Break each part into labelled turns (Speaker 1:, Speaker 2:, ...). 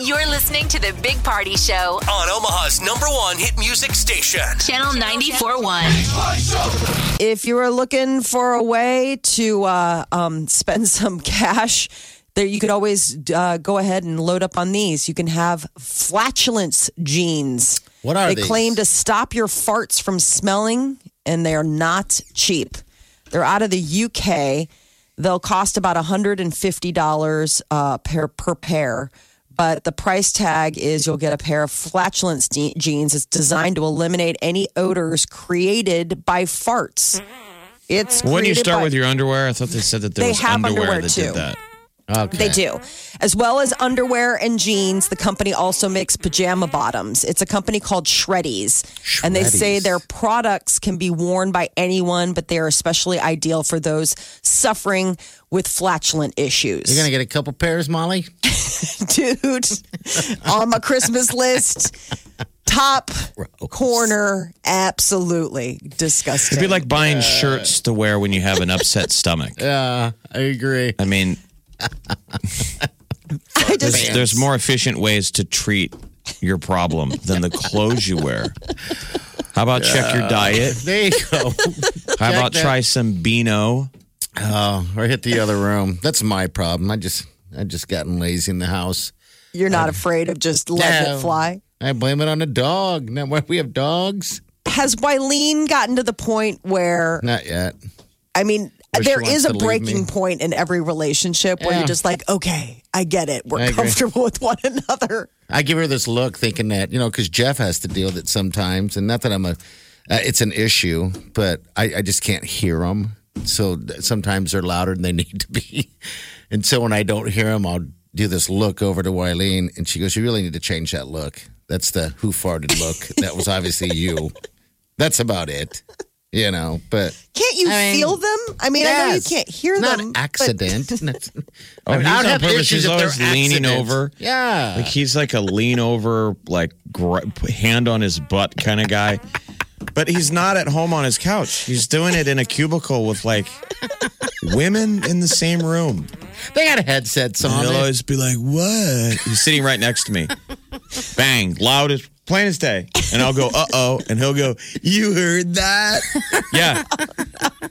Speaker 1: You're listening to the Big Party Show,
Speaker 2: on Omaha's number one hit music station.
Speaker 1: Channel 941.
Speaker 3: if you were looking for a way to uh, um, spend some cash, there you could always uh, go ahead and load up on these. You can have flatulence jeans.
Speaker 4: What are
Speaker 3: they?
Speaker 4: these?
Speaker 3: Claim to stop your farts from smelling, and they are not cheap. They're out of the UK. They'll cost about hundred and fifty dollars uh, per per pair. But the price tag is you'll get a pair of flatulence de- jeans. It's designed to eliminate any odors created by farts. It's
Speaker 5: When you
Speaker 3: created
Speaker 5: start
Speaker 3: by-
Speaker 5: with your underwear, I thought they said that there
Speaker 3: They
Speaker 5: was
Speaker 3: have
Speaker 5: underwear,
Speaker 3: underwear,
Speaker 5: that
Speaker 3: too.
Speaker 5: did that.
Speaker 3: They do. As well as underwear and jeans, the company also makes pajama bottoms. It's a company called Shreddies. And they say
Speaker 4: Shreddies.
Speaker 3: their products can be worn by anyone, but they are especially ideal for those suffering with flatulent issues.
Speaker 4: You're gonna get a couple pairs, Molly.
Speaker 3: Dude, on my Christmas list, top corner, absolutely disgusting.
Speaker 5: It'd be like buying shirts to wear when you have an upset stomach.
Speaker 4: Yeah, I agree.
Speaker 5: I mean,
Speaker 3: I just-
Speaker 5: there's, there's more efficient ways to treat your problem than the clothes you wear. How about check your diet?
Speaker 4: There you go.
Speaker 5: How about
Speaker 4: that.
Speaker 5: try some Beano?
Speaker 4: oh, or hit the other room. That's my problem. I just I just gotten lazy in the house.
Speaker 3: you're not afraid of just letting
Speaker 4: No.
Speaker 3: it fly.
Speaker 4: I blame it on the dog. Now what we have dogs?
Speaker 3: Has Wileen gotten to the point where
Speaker 4: Not yet.
Speaker 3: I mean,
Speaker 4: Where she
Speaker 3: there
Speaker 4: wants
Speaker 3: is a
Speaker 4: to leave me.
Speaker 3: breaking point in every relationship where
Speaker 4: Yeah.
Speaker 3: you're just like, okay, I get it. We're
Speaker 4: I agree.
Speaker 3: comfortable with one another.
Speaker 4: I give her this look, thinking that you know, because Jeff has to deal with it sometimes, and not that I'm a, uh, it's an issue, but I, I just can't hear them. So th- sometimes they're louder than they need to be, and so when I don't hear them, I'll do this look over to Wileen, and she goes, "You really need to change that look. That's the who farted look. that was obviously you. That's about it, you know." But
Speaker 3: Can't you
Speaker 4: I mean,
Speaker 3: feel them? I mean, I know you
Speaker 4: yes.
Speaker 3: can't hear
Speaker 4: It's not
Speaker 3: them. but-
Speaker 4: accident.
Speaker 5: Oh,
Speaker 4: I mean,
Speaker 5: he's
Speaker 4: I'd
Speaker 5: on
Speaker 4: have
Speaker 5: purpose.
Speaker 4: issues
Speaker 5: He's
Speaker 4: if they're
Speaker 5: always leaning
Speaker 4: accidents.
Speaker 5: over.
Speaker 4: Yeah.
Speaker 5: Like he's like a lean over, like gr- hand on his butt kind of guy. But he's not at home on his couch. He's doing it in a cubicle with like women in the same room.
Speaker 4: they got headsets on.
Speaker 5: And he'll
Speaker 4: They-
Speaker 5: always be like, "What?" He's sitting right next to me. Bang! Loud as plain as day. And I'll go, "Uh oh," and he'll go, "You heard that?" Yeah.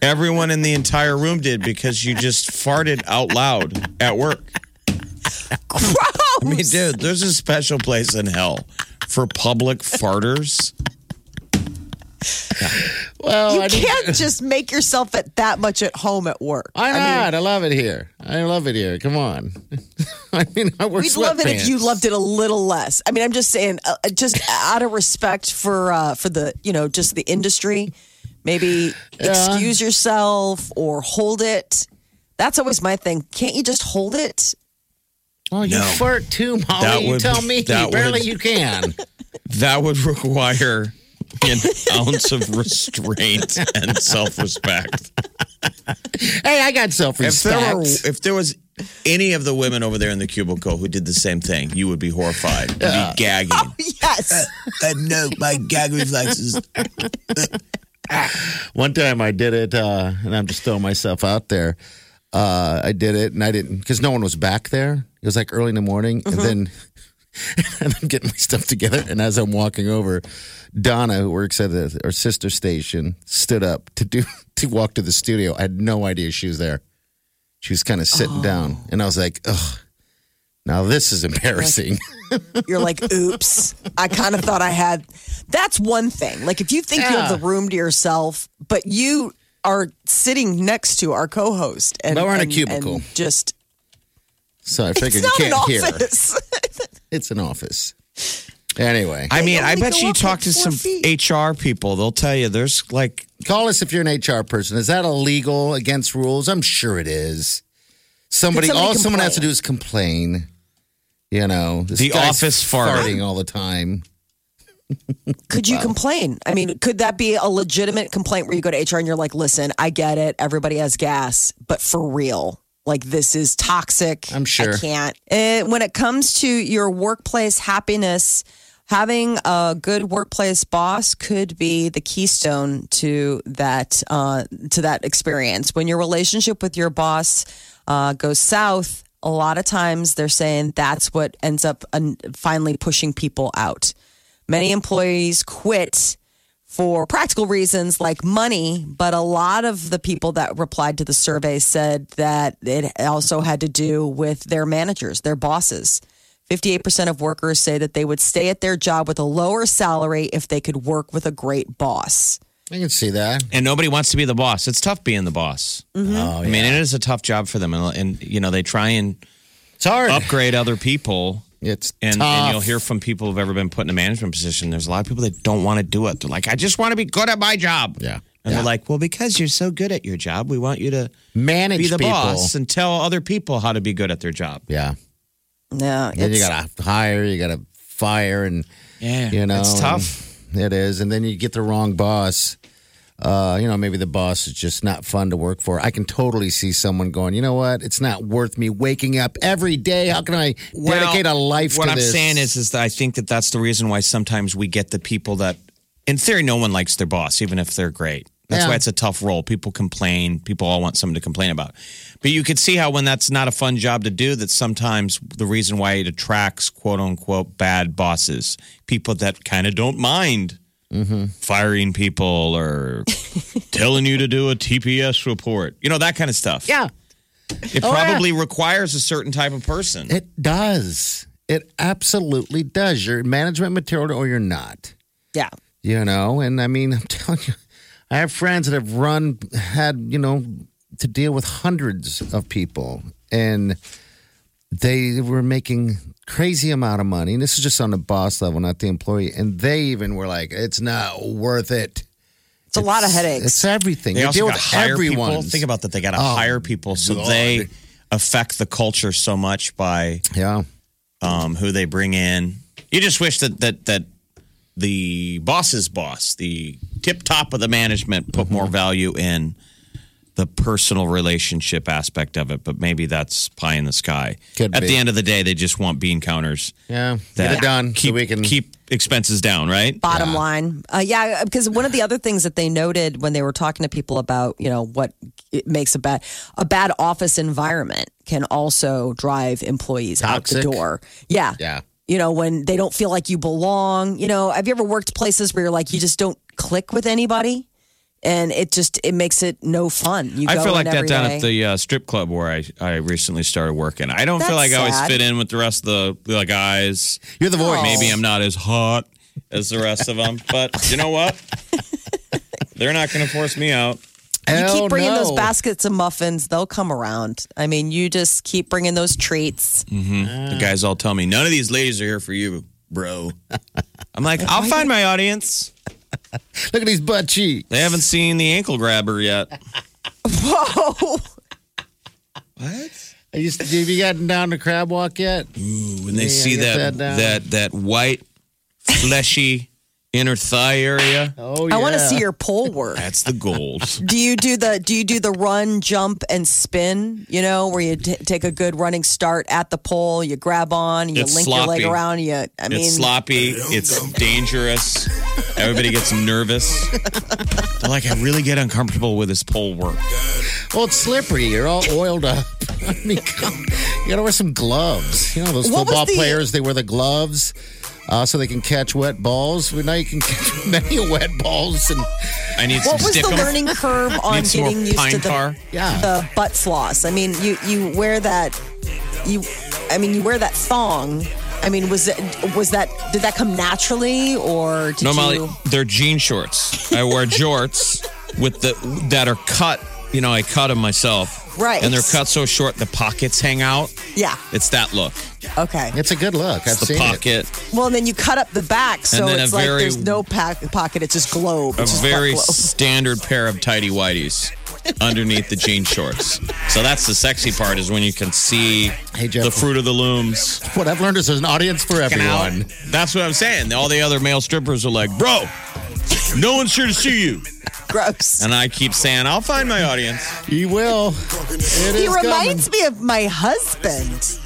Speaker 5: Everyone in the entire room did because you just farted out loud at work. I mean, dude, there's a special place in hell for public farters.
Speaker 4: well, I
Speaker 3: you
Speaker 4: didn't-
Speaker 3: can't just make yourself at that much at home at work.
Speaker 4: Why not? I, love it here. I love it here. Come on. I mean, I wear
Speaker 3: We'd love it if you
Speaker 4: sweatpants.
Speaker 3: loved it a little less. I mean, I'm just saying, uh, uh, just out of respect for uh, for the you know just the industry, maybe excuse yourself or hold it. That's always my thing. Can't you just hold it?
Speaker 4: Well, Oh, you
Speaker 5: No.
Speaker 4: fart too, Molly.
Speaker 5: That
Speaker 4: you
Speaker 5: would-
Speaker 4: tell me.
Speaker 5: that
Speaker 4: Barely
Speaker 5: would-
Speaker 4: you can.
Speaker 5: That would require an ounce of restraint and self-respect.
Speaker 4: hey, I got
Speaker 5: If there, were,
Speaker 4: self-respect.
Speaker 5: if there was any of the women over there in the cubicle who did the same thing, you would be horrified. You'd be gagging.
Speaker 4: Uh,
Speaker 3: Yes.
Speaker 5: no, my gag reflexes.
Speaker 4: One time I did it, uh, and I'm just throwing myself out there. Uh, I did it, and I didn't because no one was back there. It was like early in the morning, and
Speaker 3: Mm-hmm.
Speaker 4: then and I'm getting my stuff together. And as I'm walking over, Donna, who works at the, our sister station, stood up to do to walk to the studio. I had no idea she was there. She was kind of sitting
Speaker 3: Oh.
Speaker 4: down, and I was like, "Ugh, now this is embarrassing."
Speaker 3: You're like, oops, I kind of thought I had. That's one thing. Like, if you think you have
Speaker 4: Yeah.
Speaker 3: the room to yourself, but you are sitting next to our co host and,
Speaker 4: But we're in a
Speaker 3: and-
Speaker 4: cubicle.
Speaker 3: and just,
Speaker 4: so I figured
Speaker 3: it's
Speaker 4: you
Speaker 3: not an
Speaker 4: can't hear.
Speaker 3: office.
Speaker 4: It's an office. Anyway,
Speaker 5: I mean, I
Speaker 3: only
Speaker 5: bet
Speaker 3: go
Speaker 5: you
Speaker 3: up
Speaker 5: talk
Speaker 3: like
Speaker 5: to
Speaker 3: four
Speaker 5: some
Speaker 3: feet.
Speaker 5: HR people. They'll tell you there's like
Speaker 4: Call us if you're an HR person. Is that illegal against rules? I'm sure it is. Somebody,
Speaker 3: Did somebody
Speaker 4: all someone has to
Speaker 3: complain?
Speaker 4: do is complain. You know, this
Speaker 5: The
Speaker 4: guy's
Speaker 5: office farting.
Speaker 4: all the time.
Speaker 3: Could you complain? I mean, could that be a legitimate complaint where you go to HR and you're like, listen, I get it. Everybody has gas, but for real, like this is toxic.
Speaker 4: I'm sure.
Speaker 3: I can't. Eh, when it comes to your workplace happiness, having a good workplace boss could be the keystone to that uh, to that experience. When your relationship with your boss uh, goes south, a lot of times they're saying that's what ends up un- finally pushing people out. Many employees quit for practical reasons like money, but a lot of the people that replied to the survey said that it also had to do with their managers, their bosses. 58% of workers say that they would stay at their job with a lower salary if they could work with a great boss.
Speaker 4: I can see that.
Speaker 5: and nobody wants to be the boss. It's tough being the boss.
Speaker 4: Oh,
Speaker 5: I mean, it is a tough job for them, and, and you know they try and
Speaker 4: it's hard.
Speaker 5: upgrade other people.
Speaker 4: It's
Speaker 5: And,
Speaker 4: tough.
Speaker 5: and you'll hear from people who've ever been put in a management position. There's a lot of people that don't want to do it. They're like, I just want to be good at my job.
Speaker 4: Yeah.
Speaker 5: And they're like, well, because you're so good at your job, we want you to
Speaker 4: manage
Speaker 5: be the
Speaker 4: people.
Speaker 5: boss and tell other people how to be good at their job.
Speaker 4: Yeah.
Speaker 3: No,
Speaker 4: Then you
Speaker 3: it's-
Speaker 4: got to hire, you got to fire, and
Speaker 5: Yeah.
Speaker 4: you know,
Speaker 5: it's tough.
Speaker 4: and It is, and then you get the wrong boss. Uh, you know, maybe the boss is just not fun to work for. I can totally see someone going, you know what? It's not worth me waking up every day. How can I dedicate a life
Speaker 5: What
Speaker 4: to
Speaker 5: I'm
Speaker 4: this?
Speaker 5: saying is, is that I think that that's the reason why sometimes we get the people that, in theory, no one likes their boss, even if they're great. That's
Speaker 4: Yeah.
Speaker 5: why it's a tough role. People complain. People all want something to complain about. But you could see how when that's not a fun job to do, that sometimes the reason why it attracts quote unquote bad bosses, people that kind of don't mind
Speaker 4: Mm-hmm.
Speaker 5: firing people or telling you to do a TPS report, you know, that kind of stuff.
Speaker 4: yeah,
Speaker 5: It
Speaker 4: Oh, yeah.
Speaker 5: probably requires a certain type of person.
Speaker 4: it does. It absolutely does. You're management material or you're not.
Speaker 3: yeah.
Speaker 4: you know and i mean i'm telling you i have friends that have run had you know to deal with hundreds of people and they were making crazy amount of money and this is just on the boss level not the employee and they even were like it's not worth it
Speaker 3: It's a lot of headaches.
Speaker 4: it's everything
Speaker 5: They
Speaker 4: you
Speaker 5: also
Speaker 4: deal
Speaker 5: gotta
Speaker 4: with
Speaker 5: hire
Speaker 4: everyone Oh,
Speaker 5: people. Think about that. They got to hire people so they affect the culture so much by
Speaker 4: yeah
Speaker 5: um, who they bring in. You just wish that that that the boss's boss, the tip top of the management, put
Speaker 4: Mm-hmm.
Speaker 5: more value in the personal relationship aspect of it. But maybe that's pie in the sky.
Speaker 4: Could
Speaker 5: At
Speaker 4: be.
Speaker 5: the end of the day, they just want bean counters.
Speaker 4: yeah
Speaker 5: That
Speaker 4: get it done
Speaker 5: Keep
Speaker 4: so we can
Speaker 5: keep expenses down. Right.
Speaker 3: Bottom line, uh, yeah, because one of the other things that they noted when they were talking to people about, you know, what it makes a bad a bad office environment can also drive employees out
Speaker 4: Toxic.
Speaker 3: the door. Yeah,
Speaker 4: yeah
Speaker 3: you know, when they don't feel like you belong. You know, have you ever worked places where you're like you just don't click with anybody, and it just it makes it no fun. You
Speaker 5: I
Speaker 3: go
Speaker 5: feel
Speaker 3: in
Speaker 5: like that
Speaker 3: every
Speaker 5: down
Speaker 3: day.
Speaker 5: at the uh, strip club where I, I recently started working. I don't feel like
Speaker 3: That's
Speaker 5: I always
Speaker 3: sad.
Speaker 5: fit in with the rest of the, the guys.
Speaker 4: you're the voice
Speaker 5: Maybe I'm not as hot as the rest of them, but you know what? They're not going to force me out.
Speaker 3: You
Speaker 4: Hell
Speaker 3: keep bringing
Speaker 4: no.
Speaker 3: those baskets of muffins; they'll come around. I mean, you just keep bringing those treats.
Speaker 5: The guys all tell me none of these ladies are here for you, bro. I'm like, I'll find my audience.
Speaker 4: look at these butt cheeks
Speaker 5: They haven't seen the ankle grabber yet.
Speaker 3: Whoa.
Speaker 5: What?
Speaker 4: I used to- have you gotten down to crab walk yet
Speaker 5: When they see
Speaker 4: get
Speaker 5: that
Speaker 4: that
Speaker 3: uh,
Speaker 4: down.
Speaker 5: that that white fleshy inner thigh area,
Speaker 4: oh yeah
Speaker 3: I want to see your pole work.
Speaker 5: that's the gold.
Speaker 3: Do you do the do you do the run, jump, and spin? You know, where you t- take a good running start at the pole, you grab on, you
Speaker 5: It's
Speaker 3: link your leg
Speaker 5: sloppy.
Speaker 3: around. You, I mean,
Speaker 5: it's sloppy. It's dangerous. Everybody gets nervous. They're like, I really get uncomfortable with this pole work.
Speaker 4: Well, it's slippery. You're all oiled up. I mean, come- you gotta wear some gloves. You know those
Speaker 3: What was
Speaker 4: football
Speaker 3: the-
Speaker 4: players? They wear the gloves uh, so they can catch wet balls. Well, now you can catch many wet balls, and
Speaker 5: I need
Speaker 3: what
Speaker 5: some
Speaker 3: was
Speaker 5: stick
Speaker 3: the learning curve on
Speaker 5: Need some more
Speaker 3: getting used to
Speaker 5: pine
Speaker 3: the,
Speaker 5: tar.
Speaker 4: Yeah.
Speaker 3: the butt floss? I mean, you you wear that you, I mean, you wear that thong. I mean, was it was that did that come naturally or did
Speaker 5: No, Molly,
Speaker 3: you?
Speaker 5: they're jean shorts. I wear jorts with the that are cut. You know, I cut them myself.
Speaker 3: Right.
Speaker 5: And they're cut so short the pockets hang out.
Speaker 3: Yeah.
Speaker 5: It's that look.
Speaker 3: Okay.
Speaker 4: it's a good look. I've
Speaker 5: It's the
Speaker 4: seen it.
Speaker 5: pocket.
Speaker 3: Well, and then you cut up the back, so
Speaker 5: then a
Speaker 3: it's like
Speaker 5: very-
Speaker 3: there's no pack, pocket. It's just globe.
Speaker 5: A
Speaker 3: It's just butt
Speaker 5: very
Speaker 3: globe.
Speaker 5: standard pair of tidy whities. underneath the jean shorts. So that's the sexy part is when you can see
Speaker 4: Hey, Jeff.
Speaker 5: the fruit of the looms.
Speaker 4: What I've learned is there's an audience for everyone.
Speaker 5: That's what I'm saying. All the other male strippers are like, bro, no one's here to see you.
Speaker 3: Gross.
Speaker 5: And I keep saying, I'll find my audience.
Speaker 4: You will. It
Speaker 3: He
Speaker 4: is coming.
Speaker 3: reminds me of my husband.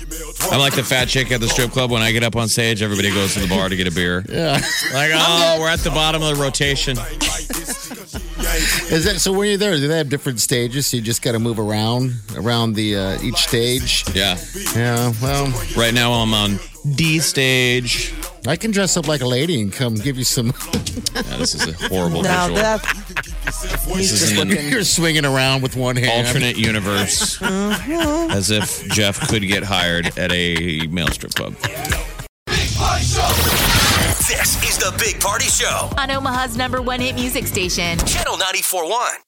Speaker 5: I'm like the fat chick at the strip club. When I get up on stage, everybody goes to the bar to get a beer. Yeah. Like, oh, we're at the bottom of the rotation.
Speaker 4: Is that so? When you're there, do they have different stages? So you just got to move around around the uh, each stage.
Speaker 5: Yeah.
Speaker 4: Yeah. Well,
Speaker 5: Right now I'm on D stage.
Speaker 4: I can dress up like a lady and come give you some.
Speaker 5: Yeah, this is a horrible
Speaker 3: Now
Speaker 5: visual.
Speaker 3: that he's
Speaker 5: This
Speaker 3: just
Speaker 5: is an
Speaker 3: looking.
Speaker 4: You're swinging around with one hand.
Speaker 5: alternate universe. As if Jeff could get hired at a male strip club.
Speaker 2: This is the Big Party Show,
Speaker 1: On Omaha's number one hit music station.
Speaker 2: Channel 941.